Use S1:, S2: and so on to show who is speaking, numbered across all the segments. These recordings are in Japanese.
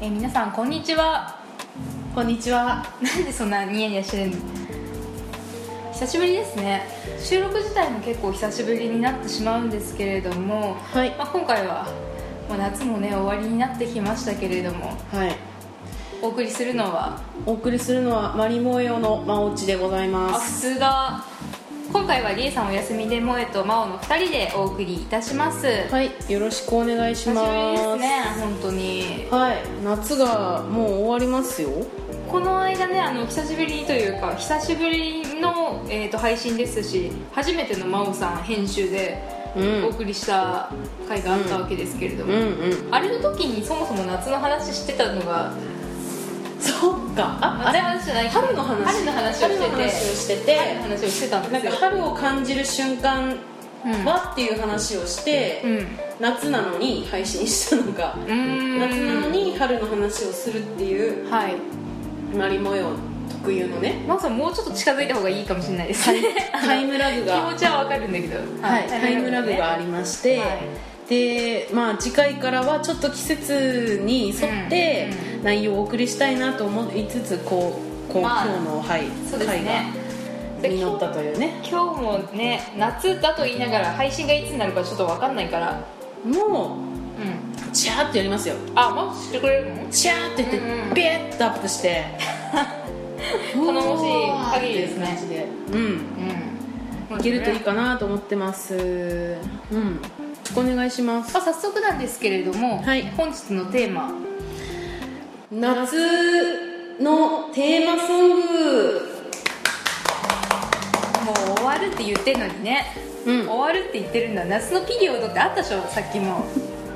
S1: えー皆さんこんにちは
S2: こんにちは。
S1: なんでそんなニヤニヤしてるの久しぶりですね収録自体も結構久しぶりになってしまうんですけれども、
S2: はい
S1: まあ、今回は、まあ、夏もね終わりになってきましたけれども
S2: はい。
S1: お送りするのは
S2: お送りするのはマリモエオのマオチでござい
S1: あ
S2: ます。
S1: すが今回はリエさんお休みで萌えと真央の2人でお送りいたします、
S2: はい、よろしくお願いし
S1: 久しぶ
S2: ます。
S1: りですね本当に
S2: はい、夏がもう終わりますよ。
S1: この間ねあの久しぶりというか久しぶりの、えー、と配信ですし初めての真央さん編集で
S2: う
S1: お
S2: ん。
S1: 送りした回があったわけですけれど
S2: う
S1: も、
S2: んうん。
S1: あれの時にそもそも夏の話してたのが
S2: そっか。あ、あ
S1: 夏
S2: れ
S1: の話じゃない
S2: 春の話。
S1: 春の話をしてて
S2: 春の話をしてて
S1: 春の話をしてたん
S2: な
S1: で
S2: ん
S1: す
S2: か
S1: よ
S2: 春を感じる瞬間
S1: うん
S2: はっていう話をして、
S1: うんう
S2: 夏なのに配信したのが、
S1: ーん
S2: 夏なのに春の話をするっていう
S1: はい
S2: マリモエオ特有のね。
S1: 真央さんもうちょっと近づいた方がいいかもしれないですね
S2: タイムラ グ
S1: 気
S2: が
S1: 持ちはわかるんだけど
S2: はい、タイムラグがありまして、
S1: はい
S2: でまあ次回からはちょっと季節に沿って
S1: うん
S2: 内容をお送りしたいなと思いつつこうこう、
S1: まあ
S2: 今日の、はい、
S1: そうですね
S2: 回が実ったというね
S1: 今日もね夏だと言いながら配信がいつになるかちょっとわかんないから
S2: も
S1: う
S2: うんチャーってやりますよ
S1: あマジ知ってくれるの
S2: チャーってやって、
S1: うんうん
S2: ビュッとアップして
S1: 頼もしい限りですね
S2: うわーっていう感じでうん
S1: うん
S2: いけるといいかなと思ってますうんお願いします
S1: まあ、早速なんですけれども、
S2: はい
S1: 本日のテーマ
S2: 夏のテーマソング
S1: もう終わるって言ってるのにね、
S2: う
S1: 終
S2: ん
S1: わるって言ってるんだ夏のピリオドってあったでしょさっき も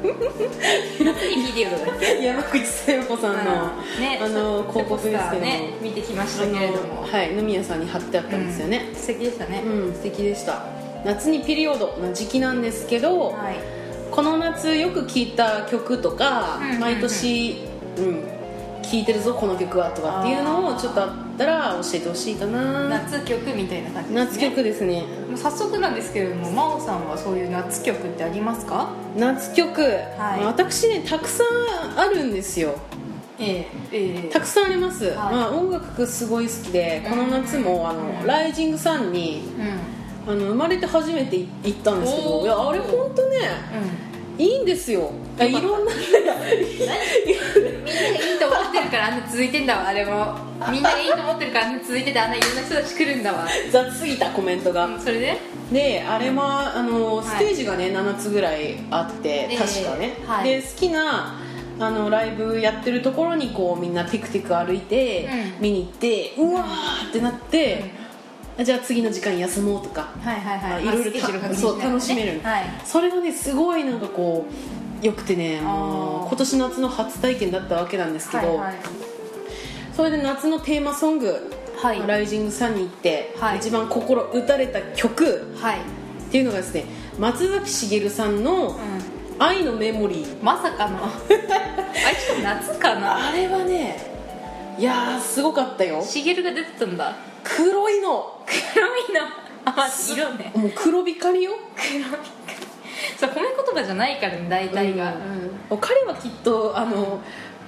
S1: 夏にピリオドだっけ
S2: 山口小夜子さんの、
S1: ね、
S2: あの
S1: そう
S2: 広告ですけど
S1: ポスターね見てきましたけれども
S2: あのはい野宮さんに貼ってあったんですよ
S1: う
S2: ね
S1: ん素敵でしたね、
S2: うん、素敵でした夏にピリオドな時期なんですけど、
S1: はい
S2: この夏よく聴いた曲とか、
S1: うんうんうん
S2: 毎年うん聴いてるぞこの曲はとかっていうのをちょっとあったら教えてほしいかな
S1: 夏曲みたいな感じです、ね、
S2: 夏曲ですね
S1: もう早速なんですけれども真央さんはそういう夏曲ってありますか
S2: 夏曲、
S1: い
S2: 私ねたくさんあるんですよ
S1: ええええ
S2: たくさんあります、まあ、音楽すごい好きでこの夏もあの、ライジングさんに
S1: う
S2: あの生まれて初めて行ったんですけ
S1: お
S2: ど
S1: ー
S2: いやあれ本当ね
S1: ん、うん
S2: いいんですよいやいろんないやいや
S1: みんながいいと思ってるからあんな続いてんだわあれも みんながいいと思ってるからあんな続いててあんないろんな人たち来るんだわ
S2: 雑すぎたコメントが、
S1: うんそれで
S2: であれはあの
S1: い
S2: ステージがね、7つぐらいあって
S1: ええ
S2: 確かね、
S1: はい
S2: で好きなあのライブやってるところにこうみんなピクピク歩いて、
S1: うん
S2: 見に行ってうわーってなって、あじゃあ次の時間休もうとか
S1: はいはいはい
S2: いろいろ
S1: まあスケジュール確認しな
S2: そう
S1: がらね
S2: 楽しめる、
S1: はい
S2: それがねすごいなんかこうよくてねも
S1: あー
S2: う今年夏の初体験だったわけなんですけ
S1: は
S2: ど、
S1: いはい
S2: それで夏のテーマソング「
S1: はい
S2: ライジングサンに行って、
S1: はい
S2: 一番心打たれた曲
S1: はい、
S2: っていうのがですね松崎しげるさんの
S1: う
S2: 「愛のメモリ
S1: ん、
S2: ー
S1: まさ かのあれしかも夏か」な
S2: あれはねいやーすごかったよ
S1: しげるが出てたんだ
S2: 黒いの
S1: 黒いのあまあ色ね
S2: もう黒光りよ
S1: 黒いそう褒め言葉じゃないからね大体が、
S2: うん
S1: うん
S2: 彼はきっとあの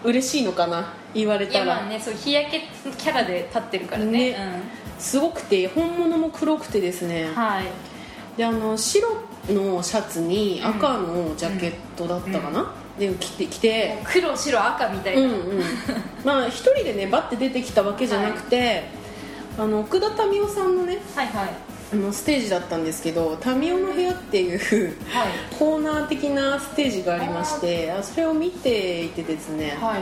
S2: 嬉しいのかな言われ
S1: い
S2: た
S1: や
S2: ら
S1: まあねそう日焼けキャラで立ってるからね
S2: ねすごくて本物も黒くてですね
S1: うん、はい
S2: であの白のシャツに赤のジャケットだったかな、で着て着て
S1: 黒白赤みたいうな、
S2: んうんまあ一人でねバッて出てきたわけじゃなくて、あの奥田民生さんのね
S1: はいはい
S2: あのステージだったんですけど「民生の部屋」っていう
S1: はい
S2: コーナー的なステージがありましてあそれを見ていてですね、
S1: はい、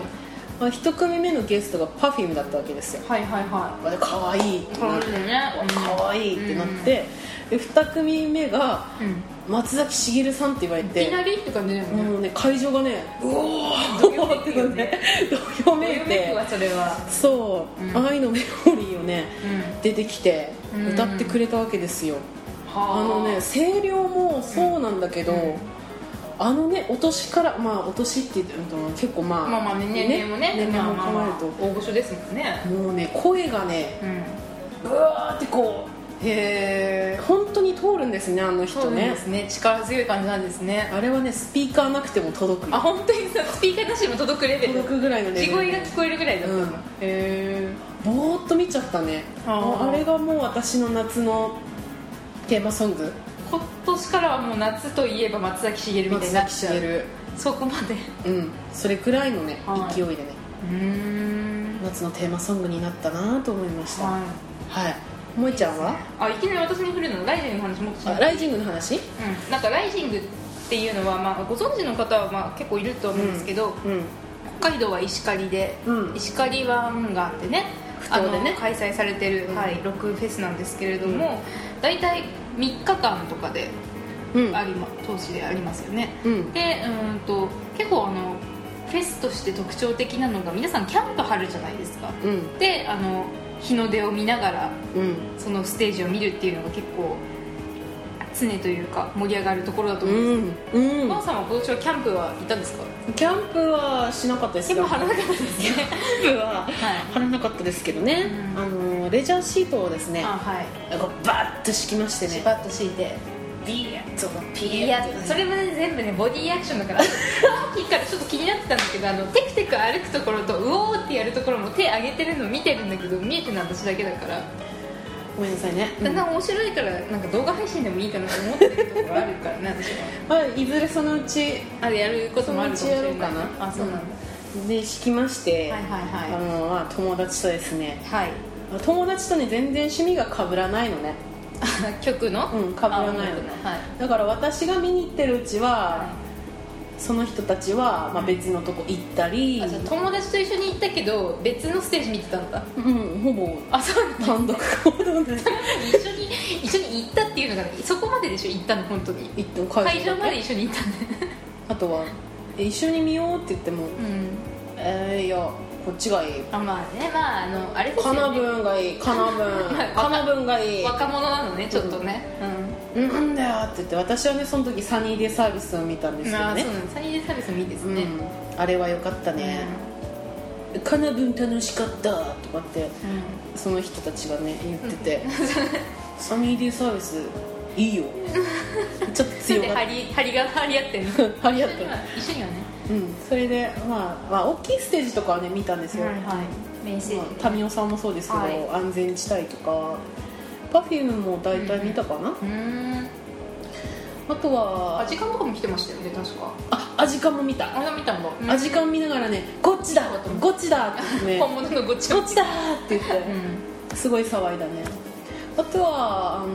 S2: まあ、1組目のゲストが Perfume だったわけですよ
S1: はいはいは
S2: で可愛いってなって
S1: 可愛いねうん
S2: 可愛いってなって、で2組目が
S1: い、うん、
S2: 松崎しげるさんって言われ
S1: い
S2: て
S1: きなりって感じだよね、
S2: もうね会場がねうお
S1: ど
S2: ー
S1: よめ
S2: っ
S1: く
S2: て
S1: よ
S2: ね
S1: ね
S2: どよめい
S1: よ
S2: て
S1: くはそれは
S2: そう、
S1: うん
S2: 愛のメモリーをね、
S1: うん
S2: 出てきて
S1: うん
S2: 歌ってくれたわけですよ、
S1: は
S2: あのね声量もそうなんだけど、
S1: うん
S2: あのねお年からまあお年って言ってうんと結構まあ、
S1: まあまあね年齢もね
S2: 年齢も
S1: まあ
S2: 考
S1: まあ
S2: える
S1: まあ大御所ですもんね
S2: と、もうね声がね
S1: うん
S2: うわーってこうへえ本当に通るんですねあの
S1: そ
S2: 人
S1: う
S2: ね
S1: ですね力強い感じなんですね
S2: あれはねスピーカーなくても届く
S1: あ本当にさスピーカーなしでも届くレベル
S2: 届くぐらいのレベル
S1: 地声が聞こえるぐらいだったの、
S2: うん
S1: へえ
S2: ぼーっと見ちゃったね
S1: あ
S2: あ
S1: ー
S2: あれがもう私の夏のテーマソング
S1: 今年からはもう夏といえば松崎しげるみたいになっちゃう
S2: る
S1: そこまで
S2: うんそれくらいのね、
S1: はい
S2: 勢いでね
S1: うーん
S2: 夏のテーマソングになったなと思いましたはい、
S1: はい
S2: 萌ちゃんは
S1: あいきなり私に振るのライジングの話もっとし
S2: あ
S1: ない
S2: ライジングの話
S1: うん、なんかライジングっていうのは、まあ、ご存知の方はまあ結構いると思うんですけど、
S2: うん
S1: 北海道は石狩で、
S2: うん
S1: 石狩湾岸でね
S2: ふ
S1: あ
S2: 頭
S1: の
S2: でね
S1: 開催されてる、
S2: うん
S1: はい、ロックフェスなんですけれども、大体3日間とかで
S2: うん
S1: あり、ま、投資でありますよね
S2: うん
S1: でうーんと結構あのフェスとして特徴的なのが皆さんキャンプ張るじゃないですか
S2: うん
S1: であの日の出を見ながら
S2: うん
S1: そのステージを見るっていうのが結構常というか盛り上がるところだと
S2: う
S1: 思うんです
S2: んうん
S1: 真央さんは今年はキャンプは行ったんですか
S2: キャンプはしなかったです
S1: キャンプ張らなかったですね
S2: キャンプは
S1: はい
S2: 張らなかったですけどね、
S1: うん
S2: あのレジャーシートをですね
S1: あはい
S2: なんかバーッと敷きましてね
S1: バッと敷いて
S2: ビーッとピ
S1: い
S2: ー
S1: や
S2: ッと
S1: それもね全部ねボディアクションだからさっきからちょっと気になってたんだけどあのテクテク歩くところとうおーってやるところも手上げてるの見てるんだけど見えてるのは私だけだから
S2: ごめんなさいね、
S1: だんだん面白いからなんか動画配信でもいいかなと思ってるところあるからね私は
S2: まあ、いずれそのうち
S1: あれやることもあるかもしれない
S2: そのうちやろうかな
S1: あそうなんだ、
S2: で敷きまして、
S1: はいはいはい
S2: あのまあ、友達とですね
S1: はい
S2: 友達とね全然趣味が被らないのね
S1: あ曲の
S2: うん被らないのね
S1: あ
S2: だから私が見に行ってるうちは、
S1: はい、はい
S2: その人たちは、まあ、別のとこ行ったり、
S1: あじゃあ友達と一緒に行ったけど別のステージ見てたんだ
S2: うん、ほぼ
S1: あそうなんだ
S2: 単独行動
S1: 一緒
S2: で
S1: に一緒に行ったっていうのがねそこまででしょ行ったの本当に
S2: 行って
S1: 会場まで一緒に行ったんだよ
S2: あとはえ一緒に見ようって言っても
S1: うん
S2: 「えー、いやこっちがいい」
S1: あまあねまああのあれです
S2: かな
S1: よね
S2: ぶんがいいかなぶ んかなぶんがいい
S1: 若者なのねちょっとねう
S2: なんだよって言って私はねその時サニーデイサービスを見たんで
S1: ん
S2: すけ
S1: ま
S2: ど
S1: あ
S2: ね
S1: そうなんですサニーデイサービスもいいです
S2: う
S1: ね
S2: ん、あれは良かったね、かなぶん楽しかったとかって
S1: うんうん
S2: その人たちがね言ってて、 サニーデイサービスいいよ ちょっと
S1: それ
S2: 強
S1: で
S2: かっ
S1: 張り張りが張り合ってるの
S2: た張り合っ
S1: 一緒には
S2: た、
S1: 一緒にはね
S2: うん、それで、まあ、まあ大きいステージとかはね見たんですよ、
S1: いメインステー
S2: ま
S1: ジ
S2: あ、民生さんもそうですけど、
S1: はい
S2: 安全地帯とか Perfume も大体見たかな、
S1: うーん
S2: あと
S1: あ
S2: は
S1: 時間とかも来てましたよね確か
S2: あアジカンも見た
S1: あれ見たんだうん
S2: アジカン見ながらね「こっちだこっちだ」っ てね
S1: 本物のごっちゃ
S2: こっちだって言っ
S1: う
S2: て
S1: ん
S2: すごい騒いだねあとはあの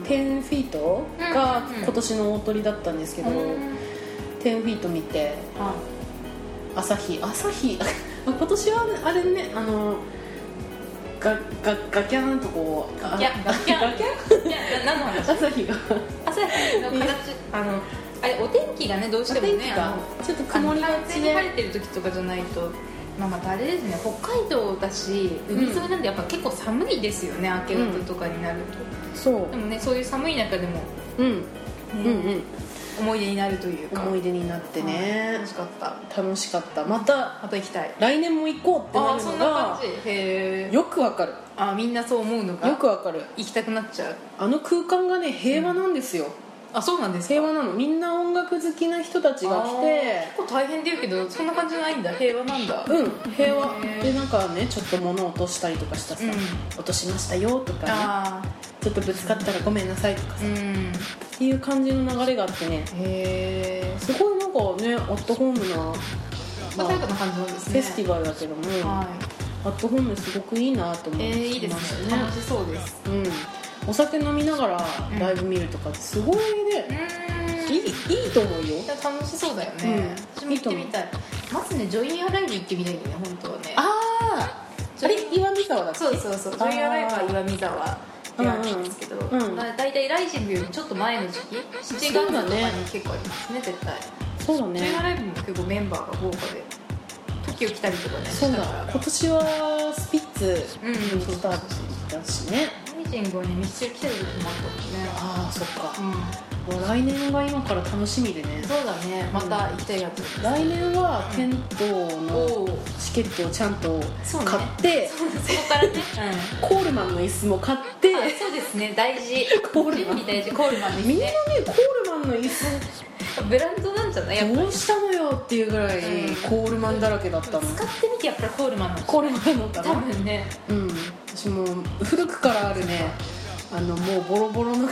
S2: ー10フィートが
S1: うんうんうん
S2: 今年の大鳥だったんですけど、
S1: うん
S2: 10フィート見て
S1: あ
S2: 朝日朝日 今年はあれねあのガガガキャンとこうあ
S1: いやガキャン
S2: ガキャン
S1: いやな何の話
S2: 朝日が
S1: 朝日の形あのあれお天気がねどうしても
S2: 天気
S1: ねあ
S2: が
S1: の
S2: ちょっと曇りが
S1: 完
S2: ち
S1: 全に晴れ
S2: で
S1: てる時とかじゃないとまあまたあれですね北海道だし海沿いなんでやっぱ結構寒いですよね、明け方とかになる
S2: そう
S1: とでもねそういう寒い中でも、ね
S2: うんうんうん
S1: 思い出になるというか
S2: 思い出になって
S1: はい
S2: ね
S1: 楽しかった
S2: 楽しかったまた
S1: また行きたい
S2: 来年も行こうって
S1: あ
S2: な
S1: あ
S2: る
S1: そ
S2: の
S1: んな感
S2: が
S1: じへえ
S2: よくわかる
S1: あみんなそう思うのが
S2: よくわかる
S1: 行きたくなっちゃう
S2: あの空間がね平和なんですよ、
S1: あそうなんですか
S2: 平和なのみんな音楽好きな人たちが来
S1: あー
S2: て
S1: 結構大変って言うけどそんな感じじゃないんだ平和なんだ
S2: うん平和
S1: へー
S2: でなんかねちょっと物落としたりとかしたらさ、
S1: うん
S2: 落としましたよとかね
S1: あ
S2: ちょっとぶつかったらごめんなさいとか
S1: あ
S2: さ、
S1: う
S2: っ
S1: ん
S2: ていう感じの流れがあってね
S1: へえ
S2: すごいなんかねアットホームな、
S1: ま
S2: ま
S1: あ、
S2: あ
S1: そういうな感じなんです
S2: フ
S1: ね
S2: ェスティバルだけども、
S1: は
S2: アットホームすごくいいなと思っ
S1: い、
S2: て
S1: えー、いいですね楽しそうです
S2: うん、お酒飲みながらライブ見るとかってすごいね、
S1: うん
S2: いいいいと思うよ
S1: 楽しそうだよね、私
S2: うん
S1: も行ってみたいまずねジョインアライブ行ってみたいんだよね本当はね
S2: あああれ岩見沢だっけ
S1: そうそうそうジ
S2: あー
S1: ョインアライブは岩見沢であるんですけど、
S2: うんうん
S1: だいたいライジングよりちょっと前の時期7月
S2: そ
S1: と
S2: う
S1: か
S2: だ
S1: に
S2: ね
S1: 結構ありますね絶対
S2: そうだ
S1: ジョインア
S2: ね
S1: ライブも結構メンバーが豪華で TOKIO 来たりとかね
S2: そう
S1: したから
S2: だ今年はスピッツ
S1: うんうん
S2: に来たしだしね
S1: ライジシングはね密集来てる時もあった
S2: ああそっか
S1: もんね
S2: もう来年が今から楽しみでね
S1: うんそうだねまた行きたいやつ、
S2: 来年は
S1: うん
S2: テントの
S1: おお
S2: チケットをちゃんと
S1: そうね
S2: 買って、
S1: そうだそこからね、
S2: コールマンの椅子も買っ
S1: うん、あ
S2: て
S1: そうですね大事
S2: コールマン
S1: 準備大事コールマンの
S2: み
S1: 日
S2: んなね
S1: ね
S2: コールマンの椅子
S1: ブランドなんじゃないやっぱ
S2: どうしたのよっていうぐらい
S1: うん
S2: コールマンだらけだったの、
S1: 使ってみてやっぱりコールマンの
S2: コールマンのか
S1: 多
S2: な
S1: 分ね
S2: うん私もう古くからあるねあのもうボロボロの椅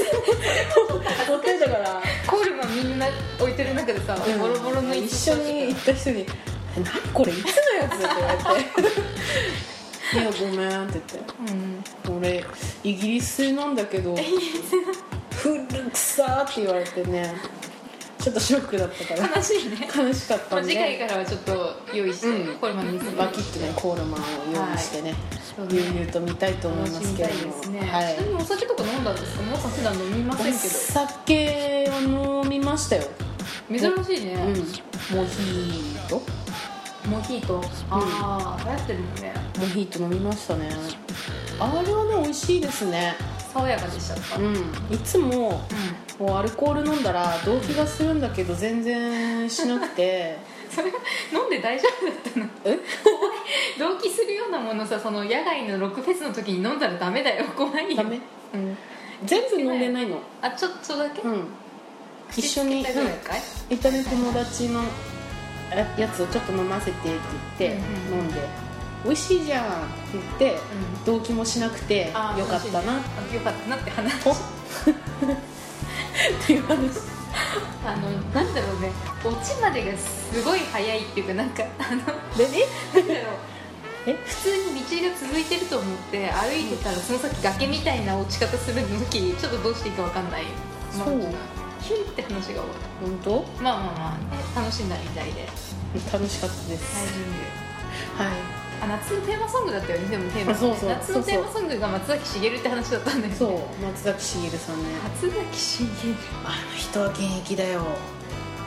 S2: 子を持ってたから
S1: コールマンみんな置いてる中でさ、
S2: うん
S1: ボロボロの椅
S2: 一
S1: 子
S2: 緒に行った人に「え何これいつのやつ?」って言われて「いやごめん」って言って
S1: うん
S2: 「俺イギリス製なんだけど古くさ」って言われてねちょっとショックだったから
S1: 悲しい ね
S2: 悲しかったん
S1: 次回
S2: で
S1: からはちょっと用意して、
S2: うん
S1: コールマンの椅子
S2: バキッとねコールマンを用意してね、
S1: そうね
S2: 悠々と見たいと思いますけれ
S1: 楽
S2: ど
S1: しみ
S2: も、
S1: たいですね、
S2: はい
S1: ちなみにお酒とか飲んだんですかもう普段飲みま
S2: お
S1: せんけ
S2: 酒は飲みましたよ、
S1: ど珍しいね
S2: う、ん、モヒート
S1: モヒートああ、流行ってるもんね
S2: モヒート飲みましたねあれはね美味しいですね
S1: 爽やかでしたか、
S2: うんいつも
S1: うん
S2: もうアルコール飲んだら動悸がするんだけど全然しなく て
S1: それ 飲んで大丈夫だったの
S2: え
S1: 同期するようなものさその野外のロックフェスの時に飲んだらダメだよ怖いよ
S2: ダメ
S1: うん、
S2: 全部飲んでないの
S1: あちょっとだけ、
S2: うん一緒に、
S1: 口つ
S2: う
S1: けたぐらいかい
S2: ん、いたね友達のややつをちょっと飲ませてって言って
S1: うんう
S2: 飲んで美味しいじゃんって言って
S1: うん
S2: 動悸もしなくてよ
S1: あー
S2: かったな
S1: 楽しいねよかったなって話
S2: とっていう話
S1: あのなんだろうね落ちまでがすごい早いっていうかなんかあのなんだろ
S2: で
S1: う
S2: え
S1: 普通に道が続いてると思って歩いてたらその先崖みたいな落ち方するの時ちょっとどうしていいか分かんない
S2: そう
S1: まあヒュンって話が終わる
S2: 本当
S1: まあまあまあ、ね、楽しんだみたいで
S2: 楽しかったで
S1: 大
S2: す
S1: 丈
S2: はい
S1: 夫あ夏のテーマソングだったよねでもテーマ
S2: あそうそう
S1: 夏のテーマソングが松崎しげるって話だったんだよね
S2: そう松崎しげるさんね
S1: 松崎しげる
S2: あの人は現役だよ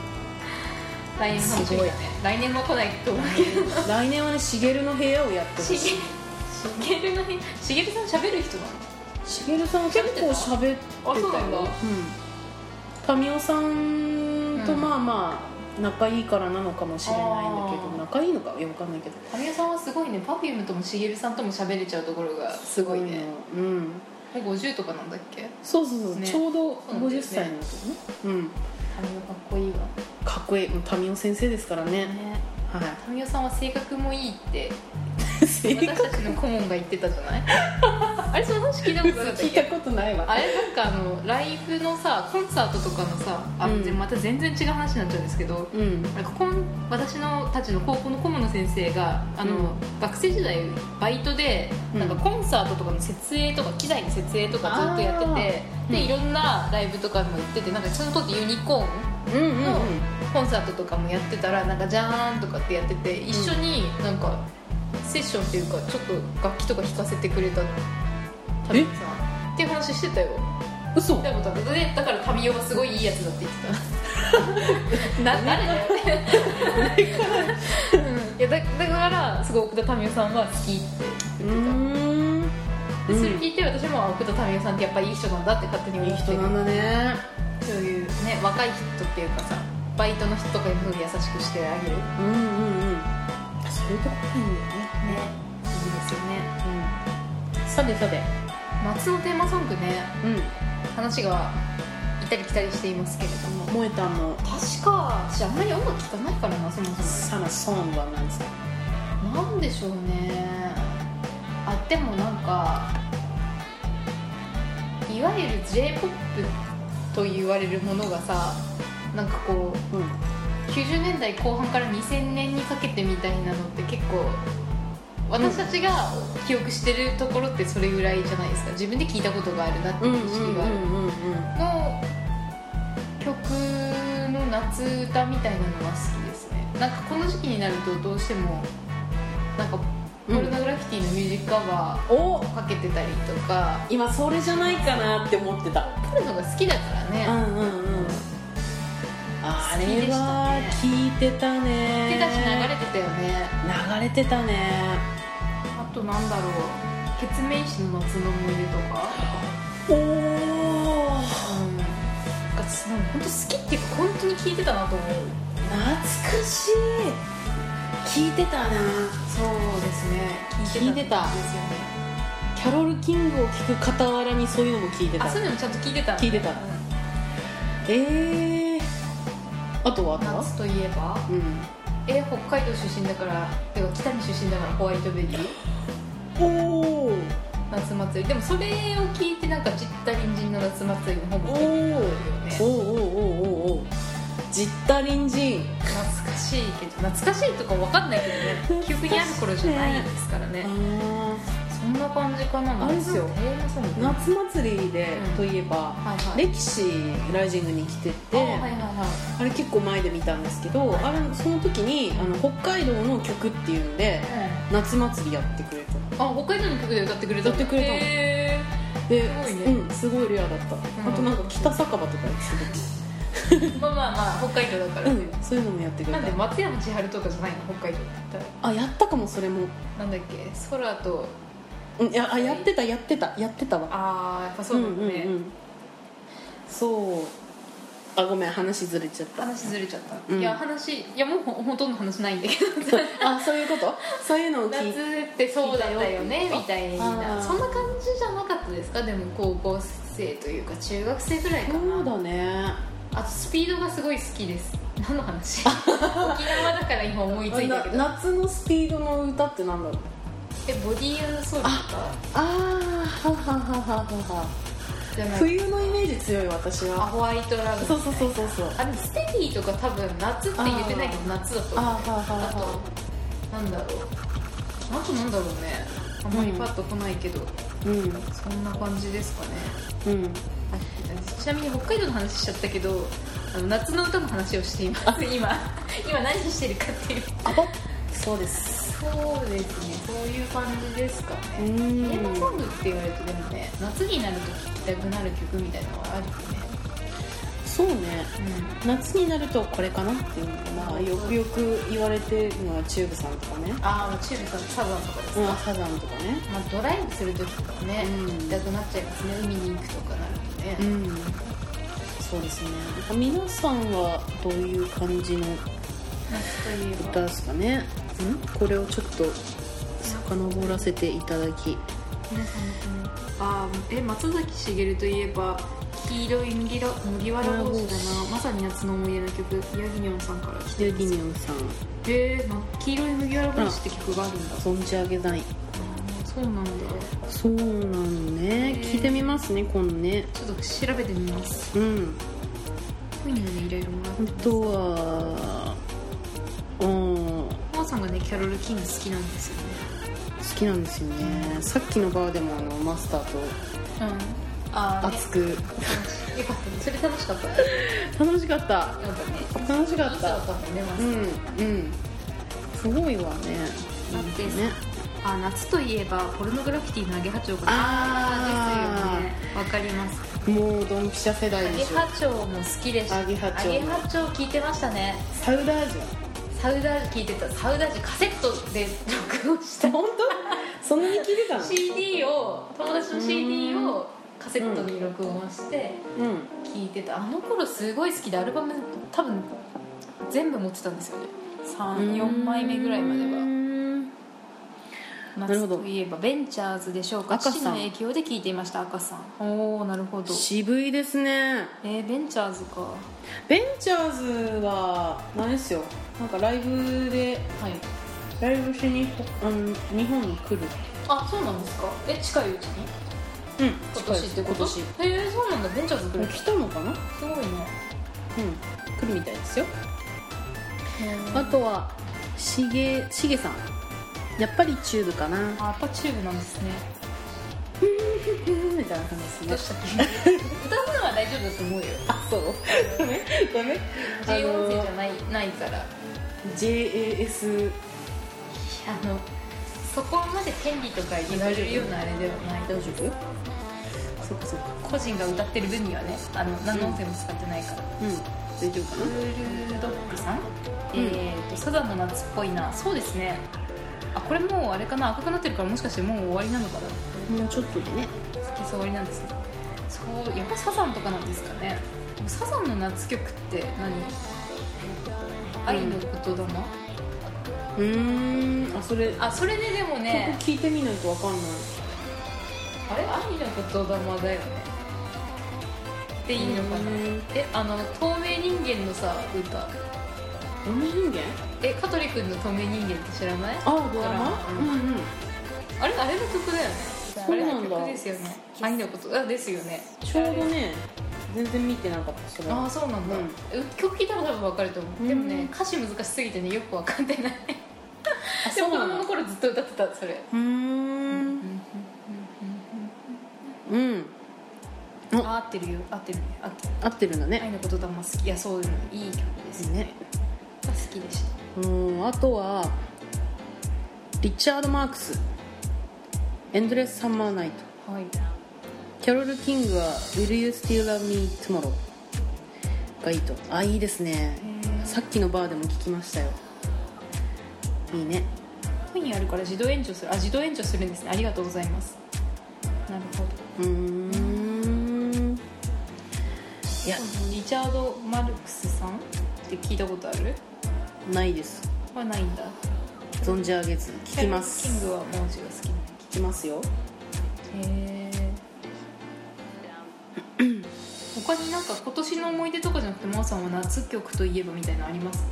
S1: 来年の話だね
S2: す
S1: 来年も来ないと思う
S2: 来年はねしげるの部屋をやってほ
S1: し
S2: し
S1: げ
S2: い
S1: しげるの辺しげるさん喋る人なの
S2: しげるさんは結構喋ってた
S1: あそうなんだ
S2: ようん民生さんと
S1: うん
S2: まあまあ仲いいからなのかもしれないんだ
S1: あ
S2: けど
S1: ー
S2: 仲いいのかいやわかんないけど
S1: 神谷さんはすごいね Perfume ともしげるさんとも喋れちゃうところがすごいね
S2: すごいのうん
S1: もう50とかなんだっけ
S2: そうそうそう
S1: ね
S2: ちょうど
S1: そうなんだよね
S2: 50歳の時ねうん
S1: 神谷かっこいいわ
S2: かっこいいもう民生先生ですからね
S1: ね
S2: はい
S1: 神谷さんは性格もいいって
S2: 性格
S1: 私たちの顧問が言ってたじゃない あれその話聞いたことなかった
S2: 聞
S1: っ
S2: いた
S1: け
S2: ことないわ
S1: あれなんかあのライブのさコンサートとかのさあ、
S2: うん
S1: でまた全然違う話になっちゃうんですけど
S2: うん
S1: なんかこん私のたちの高校の顧問の先生があの、
S2: うん
S1: 学生時代バイトで、
S2: うん
S1: なんかコンサートとかの設営とか機材の設営とかずっとやってて
S2: ー
S1: で
S2: うん
S1: いろんなライブとかも行っててなんかその時ユニコーン
S2: うんうん
S1: のコンサートとかもやってたらなんかジャーンとかってやってて一緒になんかセッションっていうかちょっと楽器とか弾かせてくれたタミオさんっていう話してたよ
S2: 嘘
S1: でもだでだからタミオはすごいいいやつだって言ってたな誰 だよいやだだからすごい奥田民生さんは好きって言
S2: う
S1: って
S2: ん
S1: た、でそれ聞いて私もあ奥田民生さんってやっぱいい人なんだって勝手に
S2: い
S1: 思
S2: い
S1: って
S2: 人
S1: る
S2: なんだね
S1: そういうね若い人っていうかさバイトの人とかにすごい優しくしてあげるね
S2: うんうんうんそういうとこいいんだよね
S1: いいですよね
S2: うんさてさて
S1: 夏のテーマソングね
S2: う
S1: 話が行ったり来たりしていますけれども
S2: ん萌えたんの
S1: 確か私あんまり音楽聴かないからなそもそ
S2: サラソンはなんですか
S1: もなんでしょうねあでもなんかいわゆる j p o p と言われるものがさなんかこう
S2: うん
S1: 90年代後半から2000年にかけてみたいなのって結構私たちが記憶してるところってそれぐらいじゃないですか自分で聞いたことがあるなっていう意識がある
S2: うんうん
S1: の曲の夏歌みたいなのが好きですねなんかこの時期になるとどうしてもなんかポルノグラフィティのミュージックカバ
S2: お
S1: ーをかけてたりとか
S2: 今それじゃないかなって思ってた
S1: ポルノが好きだからね、
S2: んうんうんあ
S1: 好きで
S2: れ
S1: した
S2: は
S1: ね
S2: 聞いてたね
S1: 手出し流れてたよね
S2: 流れてたね
S1: あとなんだろう月面師の夏の思い出とか
S2: おお
S1: うんなんかすなんか本当好きっていうか本当に聞いてたなと思う
S2: 懐かしい聞いてたな
S1: そうですね
S2: 聞いてた
S1: んですよね
S2: キャロル・キングを聞く傍らにそういうのも聞いてた
S1: あそういうのもちゃんと聞いてた
S2: 聞いてた
S1: うん
S2: ええー、あとはあとは
S1: 夏といえば
S2: うん
S1: え北海道出身だからてか北見出身だからホワイトベリー
S2: おお
S1: 夏祭りでもそれを聞いてなんかじった隣人の夏祭りの
S2: おーおーおーおー
S1: ほぼ聞いてたんだよね
S2: おーおーじったりんじん
S1: 懐かしいけど懐かしいとかわかんないけどね記憶にある頃じゃないですからねそんな感じかな
S2: あれですよ
S1: テーマソング
S2: 夏祭りで
S1: うん
S2: といえば、
S1: はいはい
S2: 歴史ライジングに来て
S1: あ
S2: て
S1: は
S2: あ,、
S1: いはいは
S2: れ結構前で見たんですけど、
S1: はい
S2: あれその時にあの北海道の曲っていうので
S1: いうん
S2: 夏祭りやってくれた
S1: あ北海道の曲で歌ってくれたの
S2: 歌ってくれたの
S1: へ
S2: です
S1: ごいね
S2: うん、すごいレアだった、
S1: ん
S2: あとなんか北酒場とかやって
S1: ーまあまあまあ北海道だか
S2: くれ
S1: ら、
S2: た、うん、そういうのもやってくれ
S1: な
S2: た
S1: んで松山千春とかじゃないの北海道って言ったら
S2: あやったかもそれも、
S1: なんだっけ空と
S2: うん、いやあやってたやってたやってたわ
S1: ああやっぱそうだよね、
S2: んうんうん、そうあごめん話ずれちゃった
S1: 話ずれちゃった、
S2: うん
S1: いや話いやもうほほとんど話ないんだけど
S2: あそういうことそういうのを聞いて
S1: 夏ってそうだったよねみたい
S2: あ
S1: な
S2: ー
S1: そんな感じじゃなかったですかでも高校生というか中学生ぐらいか
S2: そう
S1: な
S2: だね
S1: あとスピードがすごい好きです何の話沖縄だから今思いついた
S2: な
S1: けど
S2: 夏のスピードの歌ってなんだろう
S1: えボディーソウルとか
S2: あーははははは
S1: じゃない
S2: 冬のイメージ強い私
S1: あ
S2: は
S1: ホワイトラブ
S2: そうそうそうそうそう
S1: あでもステディとか多分夏って言ってないけど夏だと
S2: あ
S1: 思う
S2: はは
S1: あ
S2: は
S1: となんだろうあとなんだろうねあんまりパッと来ないけど、
S2: うん
S1: そんな感じですかね
S2: うん
S1: ちなみに北海道の話しちゃったけどあの夏の歌の話をしています今今何してるかっていう
S2: あばそうです
S1: そうですねそういう感じですか
S2: う
S1: ねテーマソ
S2: ん
S1: ングって言われるとでもね夏になると聴きたくなる曲みたいなのはあるよね
S2: そうね夏になるとこれかなっていうのが、まあ、よくよく言われてるのはチューブさんとかね
S1: ああチューブさんサザンとかですか、
S2: うん、サザンとかね
S1: まあ、ドライブする時とかね、
S2: うん
S1: 行きたくなっちゃいますね海に行くとかなるとね、
S2: んそうですねなんか皆さんはどういう感じの
S1: 夏といえ
S2: 歌
S1: ば
S2: ですかねんこれをちょっと遡らせていただき
S1: 皆さんのこのあーえ松崎しげるといえば黄色い麦わ麦わら帽子だなまさに夏の思い出の曲ヤギニョンさんから来て
S2: ユ
S1: る
S2: ギニョンさん
S1: えーな黄色い麦わら帽子って曲があるんだ、
S2: 存じ上げない
S1: あーそうなんだ
S2: そうなの
S1: へ
S2: ね
S1: ー
S2: 聞いてみますね今度ね
S1: ちょっと調べてみます
S2: うん
S1: こういうのねいろいろもらって
S2: あ
S1: ます
S2: とはうん好
S1: マーさんがねキャロル・キング好きなんですよ
S2: きなんですよねさっきのバーでもあのマスターと
S1: ねうんああ、ね、
S2: 熱く
S1: よかったねそれ楽しかったよ
S2: 楽しかった
S1: かったね
S2: 楽しかっ
S1: いい人だ
S2: た
S1: ったもんねマーさ
S2: うんんうんすごいわね
S1: だって
S2: いいね
S1: あ夏といえばポルノグラフィティのアゲハチョウがです
S2: あー
S1: よねわかります
S2: もうドンピシャ世
S1: ア
S2: 代で
S1: ゲ
S2: しょ
S1: ハチョウも好きでした
S2: アゲハチョウ
S1: アゲハチョウ聞いてましたね
S2: サウダージ
S1: サウダージ聞いてたサウダージカセットで録音した
S2: ュ本当そんなに聞いてたの
S1: CD を友達の CD
S2: う
S1: をカセットに録音して
S2: うん
S1: 聞いてたあの頃すごい好きでアルバム多分全部持ってたんですよね34枚目ぐらいまでは
S2: なる
S1: 夏
S2: ほど
S1: といえばベンチャーズでしょうか
S2: 赤さん
S1: 父の影響で聞いていました赤さんおおなるほど
S2: 渋いですね
S1: えー、ベンチャーズかは
S2: ベンチャーズは何ですよなんかライブで
S1: い
S2: ライブしにあの日本に来る
S1: あそうなんですかえ近いうちに
S2: うん
S1: 今年ってこと
S2: 近いです
S1: へえー、そうなんだベンチャーズ来
S2: 今
S1: る
S2: 年来たのかなうん
S1: すごいね
S2: 来るみたいですよあとはしげしげさんやっぱりチューブかな
S1: あやっぱチューブなんですね
S2: みたいな感じ
S1: ど
S2: で
S1: う
S2: すね
S1: したっけ歌うのは大丈夫だと思 うよ
S2: あそうダメダメ
S1: J 音声じゃないないからあ
S2: JAS
S1: のそこまで権利とか言われるようなあれではない
S2: 大丈夫そっかそっか
S1: 個人が歌ってる分にはねあの何の音声も使ってないから、
S2: うん大丈夫
S1: ブ
S2: かな
S1: ールドッグさん、えー、とサザンの夏っぽいなそうですねあこれもうあれかな赤くなってるからもしかしてもう終わりなのかな
S2: もうちょっとでね
S1: き触りなんですねそうやっぱサザンとかなんですかねでもサザンの夏曲って何愛の言霊、
S2: うーんあそれ
S1: あそれねでも ね
S2: 曲聞いてみないとわかんない
S1: あれ愛の言霊だよねっていいのかな
S2: うん
S1: えあの透明人間のさ歌
S2: 透明人間
S1: え香取君の透明人間って知らない
S2: あ
S1: ド
S2: ド
S1: ラ
S2: ラ
S1: マ
S2: マうんうん
S1: あれあれの曲だよね
S2: そうなんだ
S1: あれの曲ですよね愛のことあですよね
S2: ちょうどね全然見てなかったそれ
S1: あ
S2: は
S1: あそうなんだ、
S2: うん
S1: え曲聴いたら多分わかると思う、
S2: うん
S1: でもね歌詞難しすぎてねよくわかんでない
S2: あ
S1: で
S2: そ
S1: も子
S2: うな
S1: 供の
S2: の
S1: 頃ずっと歌ってたそれ
S2: うーんうんお
S1: あ合ってるよ合ってるね合ってる
S2: 合ってるんだね
S1: 愛のことだま好きいやそういうのいい曲ですね
S2: ね
S1: 好きでした
S2: うんあとはリチャード・マークス「エンドレス・サマー・ナイト
S1: はい」
S2: キャロル・キングは「Will You Still Love Me Tomorrow」がいいとあいいですね
S1: へー
S2: さっきのバーでも聞きましたよいいね
S1: 本にあるから自動延長するあ自動延長するんですねありがとうございますなるほど
S2: うーんいや
S1: リチャード・マルクスさんって聞いたことある
S2: ないです
S1: はないんだ
S2: 存じ上げず聞きます
S1: キングは文字が好きなんだ
S2: 聞きますよ
S1: へえ他になんか今年の思い出とかじゃなくて真央さんは夏曲といえばみたいなのあります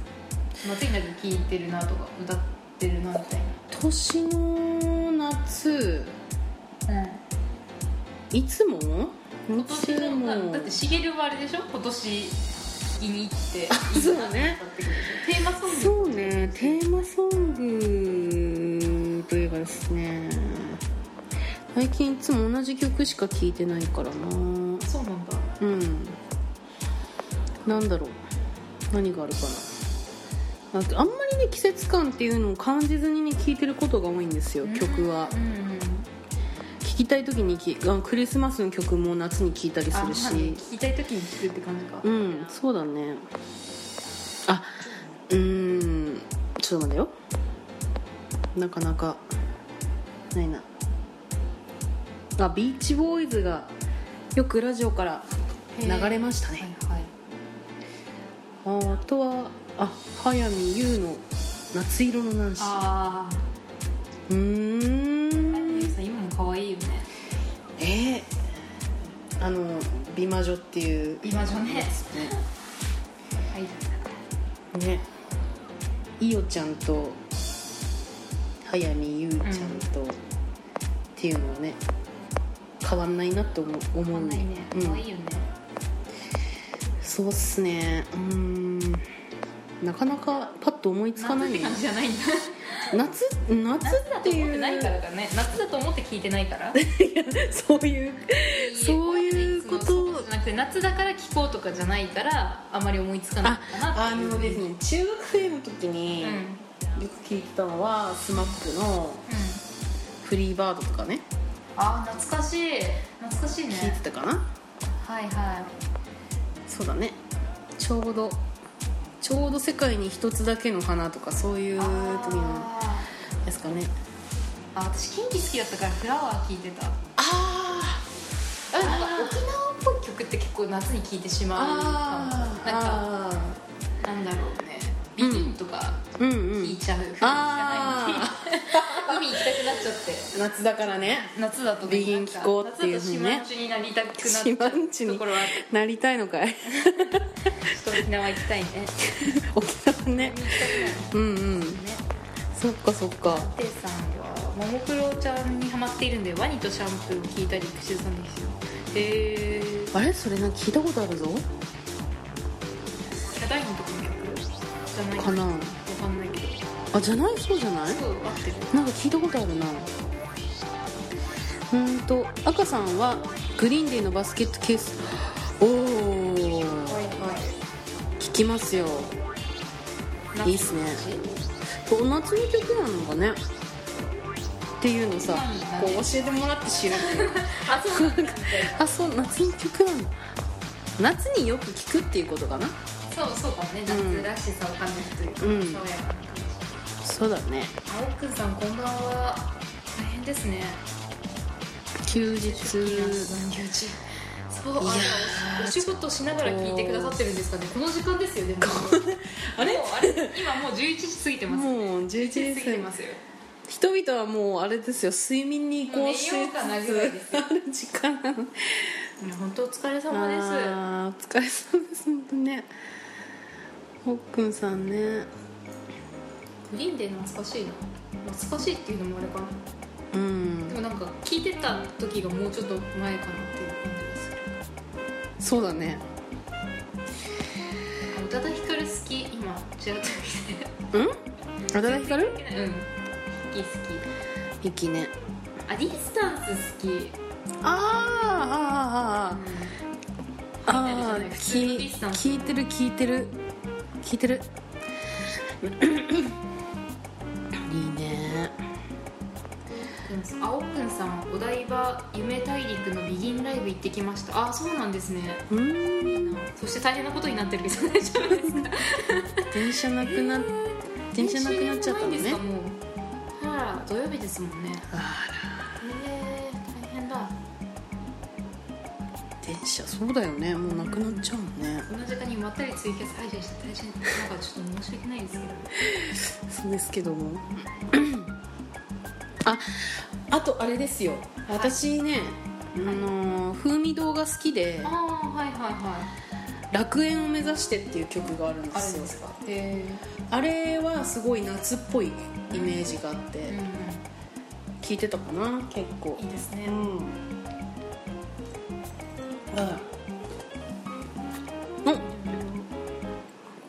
S1: 夏になると聴いてるなとか歌ってるなみたい
S2: 今年の夏
S1: な、うん、
S2: いつも
S1: 今
S2: い
S1: 年
S2: つ
S1: のだ
S2: も
S1: だってしげるはあれでしょ今年気に入って
S2: そうだね
S1: いいなって歌ってくれるでしょ
S2: そうねテーマソングといえばですね最近いつも同じ曲しか聴いてないからな
S1: テーマソ
S2: うん
S1: ングそうなんだ
S2: なんだろう何があるかなああんまりね季節感っていうのを感じずにね聴いてることが多いんですよ曲は
S1: うんうん
S2: 聴きたい時にきあクリスマスの曲も夏に聴いたりす
S1: あま
S2: る
S1: あね
S2: し
S1: 聴きたい時に聴くって感じか
S2: うんそうだねあうーんちょっと待ってよなかなかないなあビーチボーイズがよくラジオから流れましたね
S1: はいはい
S2: あーあとはあ早見優の「夏色のナンシー
S1: あ」
S2: うー
S1: あ
S2: ん
S1: 今も可愛いよね
S2: えー、あの「美魔女」っていう
S1: 美魔女ね
S2: やつね
S1: はい
S2: ねいおちゃんと早見優ちゃんと、っていうのはね変わんないなって思う思
S1: 可
S2: う
S1: 愛いね
S2: うん
S1: 可愛いよね
S2: そうっすねうーんなかなかパッと思いつかな
S1: 夏って
S2: いね
S1: 感じじゃないんだ
S2: 夏夏
S1: 夏だ
S2: っ
S1: と
S2: て
S1: 思っ
S2: い
S1: て
S2: う
S1: ないからかね夏だと思って聞いてない から
S2: そういう そういうこと
S1: じゃなくて夏だから聞こうとかじゃないからあまり思いつかないかな
S2: あ
S1: っていう
S2: のですね中学生の時に
S1: うんうん
S2: よく聞いてたのは SMAP の「フリーバード」とかね
S1: あー懐かしい懐かしいね
S2: 聞いてたかな
S1: はいは
S2: そうだねちょうどちょうど世界に一つだけの花とかそうい
S1: いう
S2: 時の
S1: あー
S2: ですかね
S1: あ私キンキ好きだったからフラワー聴いてた
S2: あ
S1: あなんか沖縄っぽい曲って結構夏に聴いてしまうか
S2: あ
S1: もなんか
S2: あ
S1: なんだろうねビギンとか
S2: ーうんう
S1: 聴い
S2: ん
S1: ちゃう、う
S2: あ
S1: 海行きたくなっちゃって
S2: ー夏だからね
S1: 夏だと
S2: ビギン聴こうっていうふうにね
S1: 夏だと島んちになりたくなっち
S2: 島
S1: ゃ
S2: んち
S1: う
S2: に
S1: ところは
S2: なりたいのかい
S1: ちょっと沖縄行きたいね
S2: 沖縄ねうんうんそっかそっか
S1: テイさんはももクロちゃんにハマっているんでワニとシャンプーを聞いたりしてたんですよへえー、
S2: あれそれなんか聞いたことあるぞ
S1: ヒャダインとかの曲じゃない
S2: かな
S1: わかんないけど
S2: あじゃないそうじゃない
S1: そう合ってる
S2: なんか聞いたことあるなうんと赤さんはグリーンデーのバスケットケースおお聞きますよいいっすねこう夏の曲なのかねっていうのさ
S1: なんだね
S2: こう教えてもらって知る
S1: あそうなんだ
S2: あそう夏の曲なの夏によく聞くっていうことかな
S1: そうそうかね夏らしさを感じると
S2: う
S1: い
S2: ん
S1: うか、爽やかな感じ
S2: そうだね
S1: 青くんさんこんばんは大変ですね
S2: 休日
S1: 休日そうあ
S2: いや
S1: のお仕事しながら聞いてくださってるんですかねこの時間ですよねもうあれもうあれ今もう11時過ぎてます
S2: もう11
S1: 過
S2: 時
S1: ぎてますよ
S2: 人々はもうあれですよ睡眠に移
S1: もう
S2: 行
S1: 寝
S2: し
S1: よう
S2: つ
S1: かなぐらいです
S2: つ
S1: よ
S2: ある時間なの
S1: いや本当お疲れ様です
S2: あーお疲れ様です本当ねほっくんさんね
S1: グリーンデー懐かしいな懐かしいっていうのもあれかな
S2: う
S1: で
S2: ん
S1: もなんか聞いてた時がもうちょっと前かなっていう感じでする
S2: そうだね
S1: あ宇多田ヒカル好き今ちらっと見て
S2: うん宇多田ヒカル
S1: 全然関係ないうん好き好
S2: 息ね
S1: きあディスタンス好き
S2: あーあーあーあーあー
S1: 普通のディスタンス
S2: 聞いてる聞いてる聞いて るいいね
S1: うんあおっくんさんお台場夢大陸のビギンライブ行ってきましたあそうなんですね
S2: うん
S1: そして大変なことになってるけ ど大丈夫ですか
S2: 電車なくな電車なくなっちゃったの
S1: 練習
S2: ね
S1: やってないんですかもうあら土曜日ですもんね
S2: あ
S1: えー、大変だ
S2: ら電車そうだよねもうなくなっちゃうもんね
S1: こんな時間にまったりツイキャス配信して大変なんかちょっと申し訳ないですけど
S2: そうですけども ああとあれですよ私ね、あのー風味堂が好きで
S1: ああはいはいはい
S2: 「楽園を目指して」っていう曲があるんで
S1: ある
S2: す
S1: ん
S2: よ
S1: ですかへ
S2: あれはすごい夏っぽいイメージがあって
S1: え、
S2: 聞いてたかな結構
S1: いいですね
S2: うんあお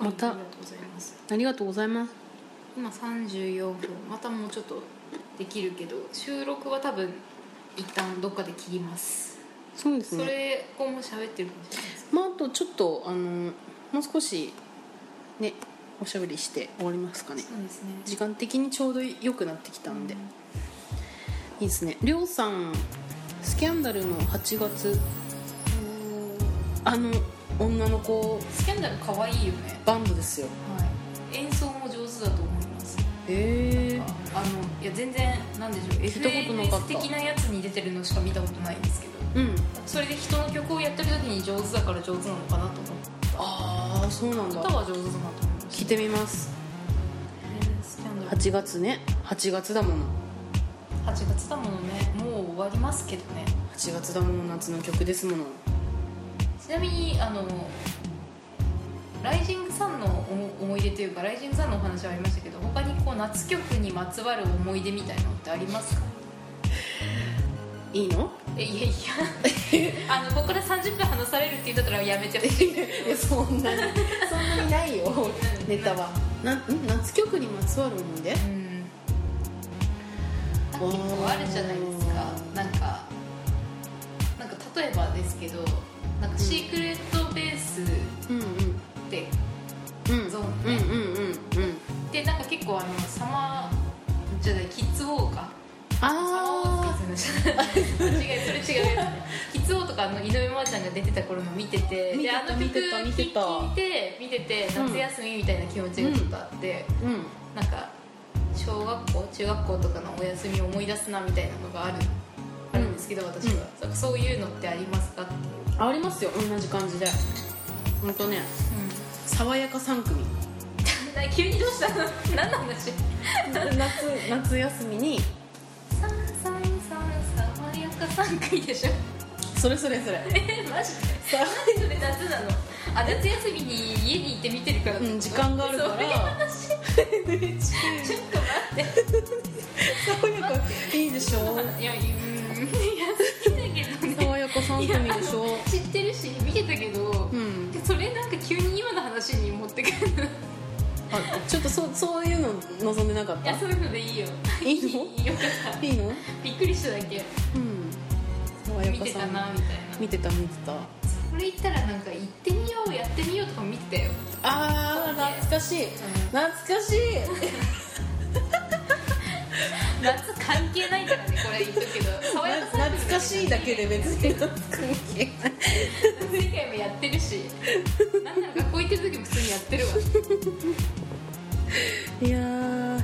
S2: ま
S1: あ
S2: た
S1: りがとうございます
S2: ありがとうございます
S1: 今34分またもうちょっとできるけど収録は多分一旦どっかで切ります、
S2: そうです
S1: そ
S2: ね
S1: れ今後喋ってるかもしれないです
S2: まああとちょっとあのもう少しねおしゃべりして終わりますかね
S1: そうですね
S2: 時間的にちょうど良くなってきたんで、いいですねりょうさんスキャンダルの8月あの女の子
S1: スキャンダル可愛いよね、
S2: バンドですよ
S1: はい、演奏も上手だと思います
S2: へ
S1: あのいや全然なんでしょう
S2: 聞いたことなかった
S1: FAS 的なやつに出てるのしか見たことないんですけど
S2: えうん
S1: それで人の曲をやってる時に上手だから上手なのかなと思
S2: ああそうなん
S1: う
S2: だ
S1: 歌は上手だなと思いま
S2: 聞い
S1: した
S2: てみます
S1: スキャンダル
S2: 8月ね8月だもの
S1: 8月だものねもう終わりますけどね
S2: 8月だもの夏の曲ですもの
S1: ちなみにあのライジングさんの思思い出というかライジングさんのお話はありましたけど他にこう夏曲にまつわる思い出みたいなのってありますか
S2: いいの
S1: えいや いやあのここから30分話されるって言ったからやめてほしいんだけ
S2: いやそんなにそんなにないよ
S1: ど
S2: ネタはなうん夏曲にまつわる思い 出
S1: うん結構あるじゃないですかなんかなんか例えばですけどなんかシークレットベース
S2: うんうん
S1: って
S2: うん
S1: ゾ
S2: ゾ
S1: ーン
S2: ーン
S1: ね
S2: ねうんうんうんうん
S1: でなんか結構あのサマーじゃないキッズウォーカー サマーウォ
S2: あ
S1: ーズキッズの違うそれ違うやつキッズウォーとかあの井上真央ちゃんが出てた頃の見てて
S2: 見て
S1: で
S2: た
S1: あの曲
S2: 見てた見てた
S1: 聞いて見てて夏休みみたいな気持ちがちょっとあって、
S2: ーうん
S1: なんか小学校中学校とかのお休みを思い出すなみたいなのがあるあるんですけど私は、そういうのってありますかっていう、
S2: ありますよ同じ感じでほんとね爽やか3組
S1: な急にどうしたの何の話
S2: 夏夏休みに
S1: 「三三三爽やか三回」でしょ
S2: それそれそれ
S1: えマジで
S2: さ
S1: それ夏なのあ夏休みに家に行って見てるからってこと
S2: うん時間があるから
S1: そういう 話ちょっと待って
S2: 爽やかいいでしょ
S1: いやうーんいや好きだけどね
S2: 爽やか3組でしょ
S1: 知ってるし見てたけど、
S2: うん
S1: でそれなんか急に今の話に持ってくるの
S2: あちょっとそうそういうの望んでなかっ
S1: いや
S2: た
S1: そういうのでいいよ
S2: いいの
S1: よかった
S2: いいの
S1: びっくりしただけ
S2: うん爽や
S1: 見
S2: か
S1: てた
S2: 3組
S1: なみたいな
S2: 見てた見てた
S1: これ言ったらなんか行ってみようやってみようとか見てたよ
S2: あー懐かしい懐かしい
S1: 夏関係ないからねこれ言っとくけど爽やかさ
S2: 懐かしいだけで別に関係ない
S1: 世界もやってるしなんなら学校行ってる時も普通にやってるわ
S2: いやー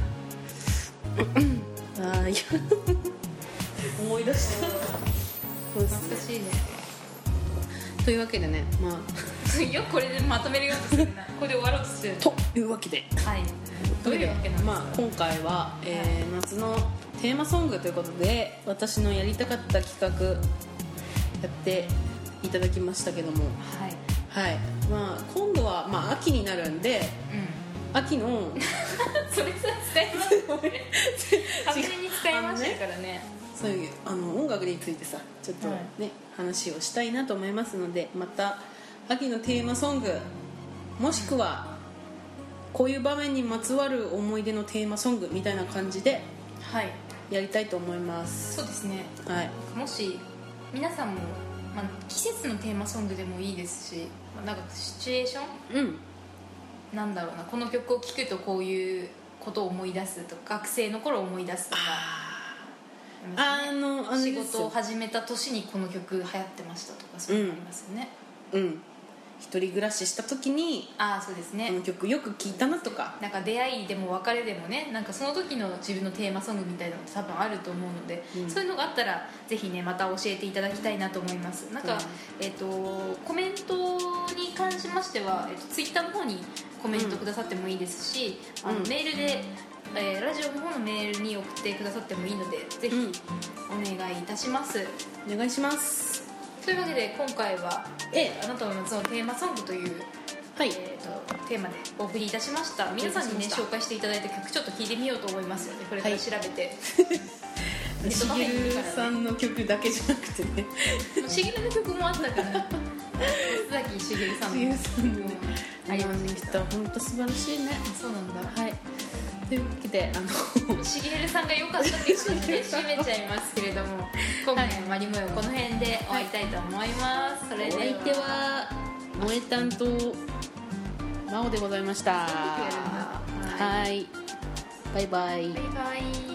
S2: あーいや思い出した
S1: しいね
S2: というわけでねま
S1: よくこれでまとめるようとするなこれで終わろうとしてる
S2: あというわけで
S1: はいどういうわけなんですか、
S2: まあ、今回は、えー夏のテーマソングということで私のやりたかった企画やっていただきましたけども
S1: はい
S2: はい、まあ、今度は、まあ、秋になるんで
S1: う
S2: 秋 の
S1: んそれさ使います完全に使いましたからね
S2: そういうあの音楽についてさちょっとね
S1: は、
S2: 話をしたいなと思いますのでまた秋のテーマソングもしくはこういう場面にまつわる思い出のテーマソングみたいな感じで
S1: はい
S2: やりたいと思います
S1: そうですね
S2: はい
S1: もし皆さんも、まあ、季節のテーマソングでもいいですし、まあなんかシチュエーショ
S2: うん
S1: ンなんだろうなこの曲を聴くとこういうことを思い出すとか学生の頃を思い出すとか
S2: あのあの
S1: 仕事を始めた年にこの曲流行ってましたとかそういうのありますよね、
S2: うん一人暮らしした時に
S1: ああそうですね、
S2: この曲よく聴いたなとか
S1: なんか出会いでも別れでもねなんかその時の自分のテーマソングみたいなのって多分あると思うので、
S2: うん
S1: そういうのがあったらぜひねまた教えていただきたいなと思いますなんか、
S2: うん
S1: えっ、とコメントに関しましては、えっとツイッターの方にコメントくださってもいいですし、あの
S2: うん
S1: メールで、えーラジオの方のメールに送ってくださってもいいのでぜひ
S2: うん
S1: お願いいたします、
S2: お願いします
S1: というわけで今回は「
S2: え
S1: あなたの夏のテーマソング」という
S2: はい
S1: えー、とテーマでお送りいたしました皆さんにね
S2: お送りいたしました
S1: 紹介していただいた曲ちょっと聴いてみようと思いますのでこれから調べて、ネッ
S2: し
S1: トカフ
S2: げ
S1: ェにい
S2: る
S1: るからね
S2: さんの曲だけじゃなくてね
S1: もうしげるの曲もあったから 松崎しげるさんの
S2: しげるさんのね
S1: うんありま
S2: の
S1: したけ
S2: 人
S1: ど
S2: 本当素晴らしいね
S1: そうなんだ
S2: はいというわけであの
S1: しげるさんが良かったっていう感じで締めちゃいますけれども今回のマリモよこの辺で終わりたいと思います、それ
S2: お
S1: では
S2: 相手は萌えたんと真央でございました
S1: そんなことやるんだ
S2: はいバイバイ
S1: バイバイ